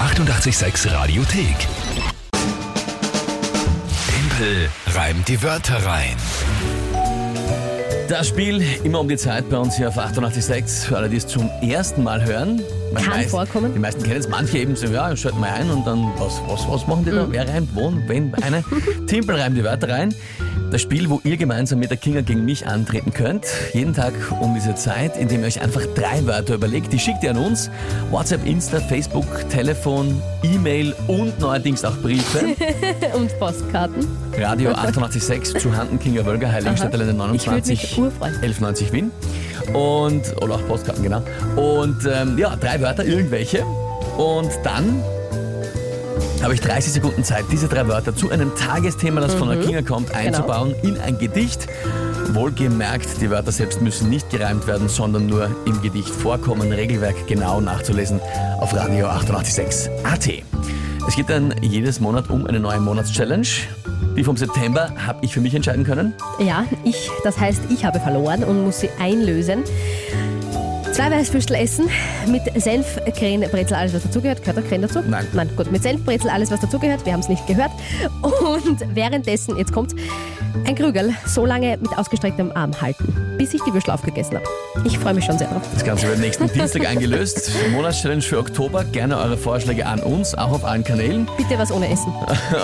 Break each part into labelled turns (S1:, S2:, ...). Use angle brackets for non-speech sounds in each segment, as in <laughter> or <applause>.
S1: 886 Radiothek. Tempel reimt die Wörter rein.
S2: Das Spiel immer um die Zeit bei uns hier auf 886. Für alle, die es zum ersten Mal hören. Weil
S3: Kann
S2: die meisten,
S3: vorkommen.
S2: Die meisten kennen es, manche eben so, ja, schaut mal ein und dann, was, was, was machen die
S3: Mhm.
S2: da? Wer reimt, wo und wenn, eine.
S3: <laughs>
S2: Timpel reimt die Wörter rein. Das Spiel, wo ihr gemeinsam mit der Kinga gegen mich antreten könnt. Jeden Tag um diese Zeit, indem ihr euch einfach drei Wörter überlegt. Die schickt ihr an uns. WhatsApp, Insta, Facebook, Telefon, E-Mail und neuerdings auch Briefe.
S3: <laughs> Und Postkarten.
S2: Radio 886 zu Handen Kinga Wölger, Heiligenstadtländer
S3: Ich würde
S2: 29.
S3: mich urfreuen.
S2: 1190 Wien. Und, oder auch Postkarten, genau. Und ähm, ja, drei Wörter, irgendwelche. Und dann habe ich 30 Sekunden Zeit, diese drei Wörter zu einem Tagesthema, das
S3: Mhm.
S2: von der Kinga
S3: Genau.
S2: kommt, einzubauen in ein Gedicht. Wohlgemerkt, die Wörter selbst müssen nicht gereimt werden, sondern nur im Gedicht vorkommen. Regelwerk genau nachzulesen auf Radio 886 AT. Es geht dann jedes Monat um eine neue Monatschallenge. Die vom September habe ich für mich entscheiden können.
S3: Ja, ich, das heißt, ich habe verloren und muss sie einlösen. Zwei Weißwürstel essen mit Senf, Creme, Brezel, alles was dazugehört. Gehört der Creme dazu?
S2: Nein.
S3: Nein, gut. Mit Senf, Brezel, alles was dazugehört. Wir haben es nicht gehört. Und währenddessen, jetzt kommt ein Krügel so lange mit ausgestrecktem Arm halten, bis ich die Würstel aufgegessen habe. Ich freue mich schon sehr drauf.
S2: Das Ganze wird nächsten Dienstag eingelöst. Monatschallenge für Oktober. Gerne eure Vorschläge an uns, auch auf allen Kanälen.
S3: Bitte was ohne Essen.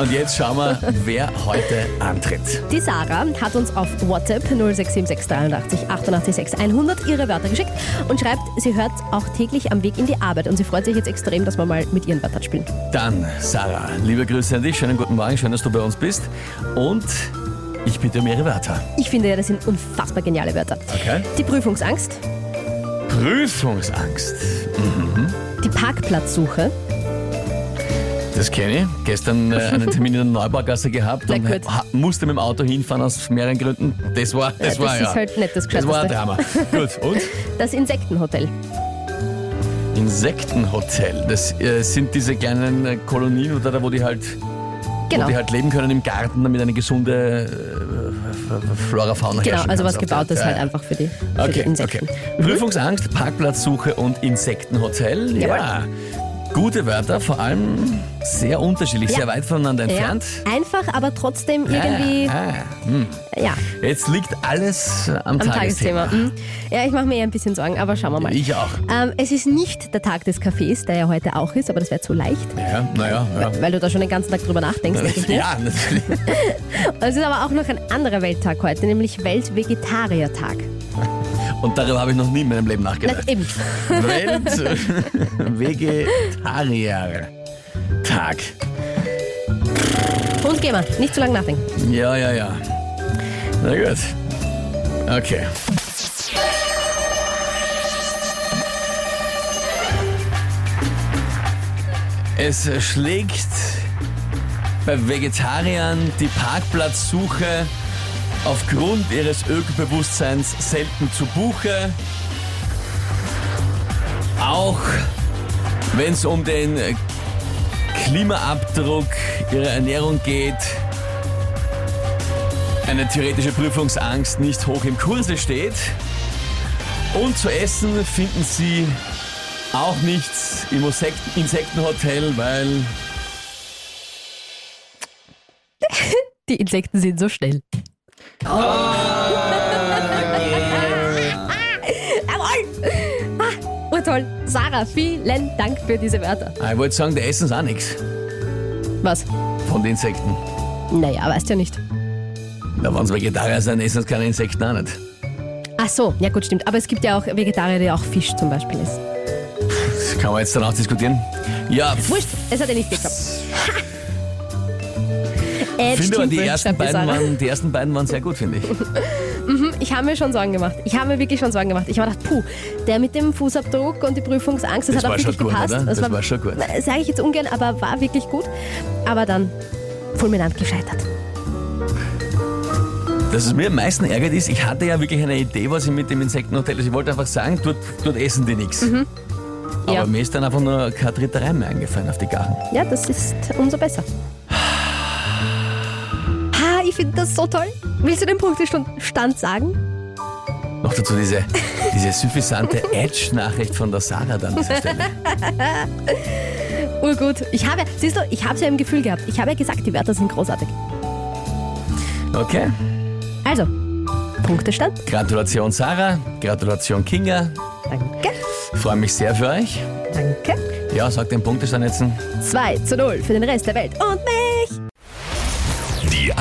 S2: Und jetzt schauen wir, wer heute antritt.
S3: Die Sarah hat uns auf WhatsApp 0676 88 100 ihre Wörter geschickt und schreibt, sie hört auch täglich am Weg in die Arbeit und sie freut sich jetzt extrem, dass wir mal mit ihren Wörtern spielen.
S2: Dann, Sarah, liebe Grüße an dich. Schönen guten Morgen. Schön, dass du bei uns bist. Und ich bitte um Ihre Wörter.
S3: Ich finde ja, das sind unfassbar geniale Wörter.
S2: Okay.
S3: Die Prüfungsangst,
S2: Prüfungsangst.
S3: die Parkplatzsuche,
S2: Das kenne ich. Gestern äh, einen Termin in der Neubaugasse gehabt
S3: Na
S2: und
S3: gut.
S2: ha- musste mit dem Auto hinfahren aus mehreren Gründen. Das war, das
S3: Ja,
S2: war
S3: das
S2: ja.
S3: ist halt nicht das
S2: das war ein
S3: Gescheiteste.
S2: Drama. Gut,
S3: <laughs>
S2: und?
S3: das Insektenhotel,
S2: Insektenhotel. Das äh, sind diese kleinen äh, Kolonien, oder da, wo die halt
S3: genau.
S2: wo die halt leben können im Garten, damit eine gesunde äh, F- F- Flora, Fauna
S3: Genau,
S2: herrschen
S3: also
S2: kann.
S3: was
S2: So auf
S3: gebaut
S2: der-
S3: ist halt
S2: Ja,
S3: einfach für die, für die
S2: Okay, okay.
S3: Insekten. Mhm.
S2: Prüfungsangst, Parkplatzsuche und Insektenhotel. Ja. Gute Wörter, vor allem sehr unterschiedlich,
S3: Ja.
S2: sehr weit voneinander
S3: Ja,
S2: entfernt.
S3: einfach, aber trotzdem irgendwie,
S2: Ah, ah, hm.
S3: ja,
S2: Jetzt liegt alles äh, am,
S3: am
S2: Tagesthema.
S3: Tagesthema. Mhm. Ja, ich mache mir eher ein bisschen Sorgen, aber schauen wir mal.
S2: Ich auch.
S3: Ähm, es ist nicht der Tag des Kaffees, der ja heute auch ist, aber das wäre zu leicht,
S2: Ja, naja, ja.
S3: weil du da schon den ganzen Tag drüber nachdenkst. denke ich
S2: <laughs>
S3: mir.
S2: Ja, natürlich.
S3: Es ist aber auch noch ein anderer Welttag heute, nämlich Weltvegetariertag.
S2: Und darüber habe ich noch nie in meinem Leben
S3: Na,
S2: nachgedacht.
S3: eben.
S2: <laughs> Welt-Vegetarier-Tag.
S3: Und gehen wir, nicht zu lange nachdenken.
S2: Ja, ja, ja. Na gut. Okay. Es schlägt bei Vegetariern die Parkplatzsuche aufgrund ihres Ökobewusstseins selten zu Buche. Auch wenn es um den Klimaabdruck ihrer Ernährung geht, eine theoretische Prüfungsangst nicht hoch im Kurse steht. Und zu essen finden sie auch nichts im Osek- Insektenhotel, weil
S3: Die Insekten sind so schnell. Ah, Jawohl! Ah, urtoll. Sarah, vielen Dank für diese Wörter.
S2: Ah, ich wollte sagen, der essen ist auch nichts
S3: Was?
S2: von den Insekten.
S3: Naja, weißt ja nicht.
S2: Da waren es Vegetarier, sind essen sie keine Insekten auch nicht.
S3: Ach so, ja gut, stimmt. Aber es gibt ja auch Vegetarier, die auch Fisch zum Beispiel essen.
S2: Das kann man jetzt dann auch diskutieren. Ja,
S3: Wurscht, es hat er
S2: <laughs>
S3: nicht geklappt. Äh, Ed
S2: finde aber die
S3: Stimpel,
S2: ersten,
S3: schreibt die
S2: beiden
S3: Sarah.
S2: waren, die ersten beiden waren sehr gut, finde ich.
S3: Ich habe mir schon Sorgen gemacht. Ich habe mir wirklich schon Sorgen gemacht. Ich habe gedacht, puh, der mit dem Fußabdruck und die Prüfungsangst, das,
S2: Das
S3: hat
S2: war
S3: auch
S2: schon
S3: wirklich
S2: gut,
S3: gepasst.
S2: oder? Das war schon gut.
S3: Sage ich jetzt ungern, aber war wirklich gut. Aber dann fulminant gescheitert.
S2: Dass es mir am meisten ärgert ist, ich hatte ja wirklich eine Idee, was ich mit dem Insektenhotel, also ich wollte einfach sagen, dort, dort essen die nichts. Aber
S3: Ja.
S2: mir ist dann einfach nur keine dritte Reihe mehr eingefallen auf die Garten.
S3: Ja, das ist umso besser. Ha, ich finde das so toll. Willst du den Punktestand sagen?
S2: Noch dazu diese, diese suffisante Edge-Nachricht von der Sarah dann an dieser Stelle.
S3: Urgut. Ich habe, siehst du, ich habe es ja im Gefühl gehabt. Ich habe ja gesagt, die Wörter sind großartig.
S2: Okay.
S3: Also, Punktestand.
S2: Gratulation Sarah, Gratulation Kinga.
S3: Danke.
S2: Freue mich sehr für euch.
S3: Danke.
S2: Ja, sagt den Punktestand jetzt.
S3: 2 zu 0 für den Rest der Welt und mich.
S1: Die